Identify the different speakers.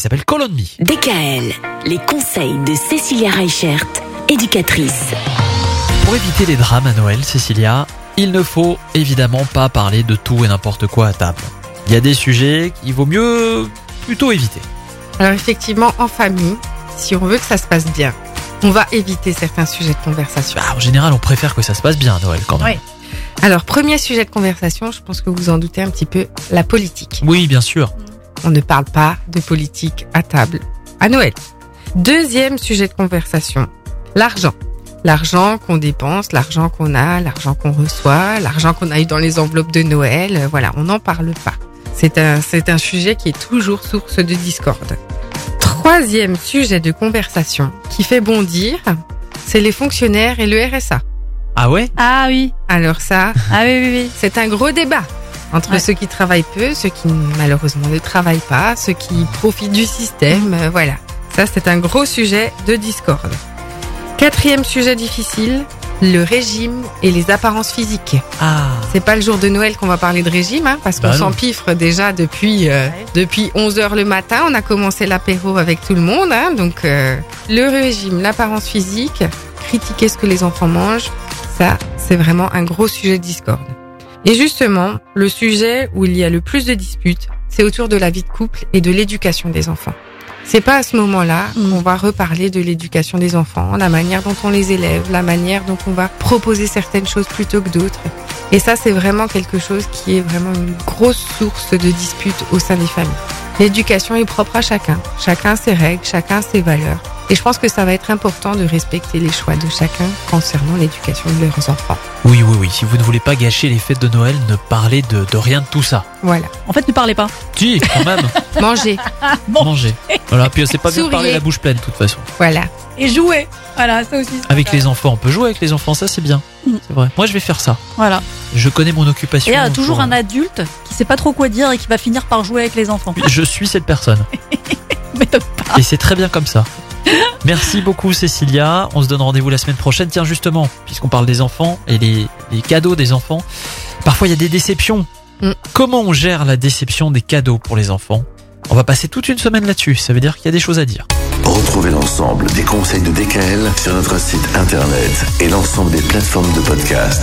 Speaker 1: Il s'appelle Colon Me.
Speaker 2: DKL, les conseils de Cécilia Reichert, éducatrice.
Speaker 1: Pour éviter les drames à Noël, Cécilia, il ne faut évidemment pas parler de tout et n'importe quoi à table. Il y a des sujets qu'il vaut mieux plutôt éviter.
Speaker 3: Alors effectivement, en famille, si on veut que ça se passe bien, on va éviter certains sujets de conversation.
Speaker 1: Bah, en général, on préfère que ça se passe bien à Noël quand même.
Speaker 3: Ouais. Alors premier sujet de conversation, je pense que vous en doutez un petit peu, la politique.
Speaker 1: Oui, bien sûr.
Speaker 3: On ne parle pas de politique à table à Noël. Deuxième sujet de conversation, l'argent. L'argent qu'on dépense, l'argent qu'on a, l'argent qu'on reçoit, l'argent qu'on a eu dans les enveloppes de Noël, euh, voilà, on n'en parle pas. C'est un, c'est un sujet qui est toujours source de discorde. Troisième sujet de conversation qui fait bondir, c'est les fonctionnaires et le RSA.
Speaker 1: Ah ouais
Speaker 4: Ah oui,
Speaker 3: Alors ça,
Speaker 4: ah oui, oui, oui.
Speaker 3: C'est un gros débat entre
Speaker 4: Ouais.
Speaker 3: ceux qui travaillent peu, ceux qui malheureusement ne travaillent pas, ceux qui profitent du système. euh, voilà, ça c'est un gros sujet de discorde. Quatrième sujet difficile, le régime et les apparences physiques.
Speaker 1: Ah.
Speaker 3: C'est pas le jour de Noël qu'on va parler de régime, hein, parce
Speaker 1: Bah
Speaker 3: qu'on
Speaker 1: non.
Speaker 3: s'empiffre déjà depuis euh,
Speaker 4: Ouais.
Speaker 3: depuis 11 heures le matin. On a commencé l'apéro avec tout le monde, hein, donc euh, le régime, l'apparence physique, critiquer ce que les enfants mangent, ça c'est vraiment un gros sujet de discorde. Et justement, le sujet où il y a le plus de disputes, c'est autour de la vie de couple et de l'éducation des enfants. C'est pas à ce moment-là
Speaker 4: Mm.
Speaker 3: qu'on va reparler de l'éducation des enfants, la manière dont on les élève, la manière dont on va proposer certaines choses plutôt que d'autres. Et ça, c'est vraiment quelque chose qui est vraiment une grosse source de disputes au sein des familles. L'éducation est propre à chacun. Chacun ses règles, chacun ses valeurs. Et je pense que ça va être important de respecter les choix de chacun concernant l'éducation de leurs enfants.
Speaker 1: Oui, oui, oui. Si vous ne voulez pas gâcher les fêtes de Noël, ne parlez de, de rien de tout ça.
Speaker 3: Voilà.
Speaker 4: En fait, ne parlez pas.
Speaker 1: Si, quand même.
Speaker 3: Manger.
Speaker 4: Bon.
Speaker 1: Manger. Voilà. Puis c'est pas bien de parler
Speaker 3: Souriez.
Speaker 1: la bouche pleine, de toute façon.
Speaker 3: voilà.
Speaker 4: Et jouez. Voilà, ça aussi. c'est
Speaker 1: Avec
Speaker 4: bien.
Speaker 1: les enfants, on peut jouer avec les enfants, ça c'est bien.
Speaker 4: Mm.
Speaker 1: C'est vrai. Moi, je vais faire ça.
Speaker 4: Voilà.
Speaker 1: Je connais mon occupation.
Speaker 4: Et il y a toujours
Speaker 1: pour-
Speaker 4: un adulte qui sait pas trop quoi dire et qui va finir par jouer avec les enfants.
Speaker 1: Je suis cette personne.
Speaker 4: Mais t'as
Speaker 1: Et c'est très bien comme ça. Merci beaucoup Cécilia. On se donne rendez-vous la semaine prochaine. Tiens justement, puisqu'on parle des enfants et les, les cadeaux des enfants, parfois il y a des déceptions.
Speaker 3: Mm.
Speaker 1: Comment on gère la déception des cadeaux pour les enfants On va passer toute une semaine là-dessus. Ça veut dire qu'il y a des choses à dire.
Speaker 5: Retrouvez l'ensemble des conseils de DKL sur notre site internet et l'ensemble des plateformes de podcast.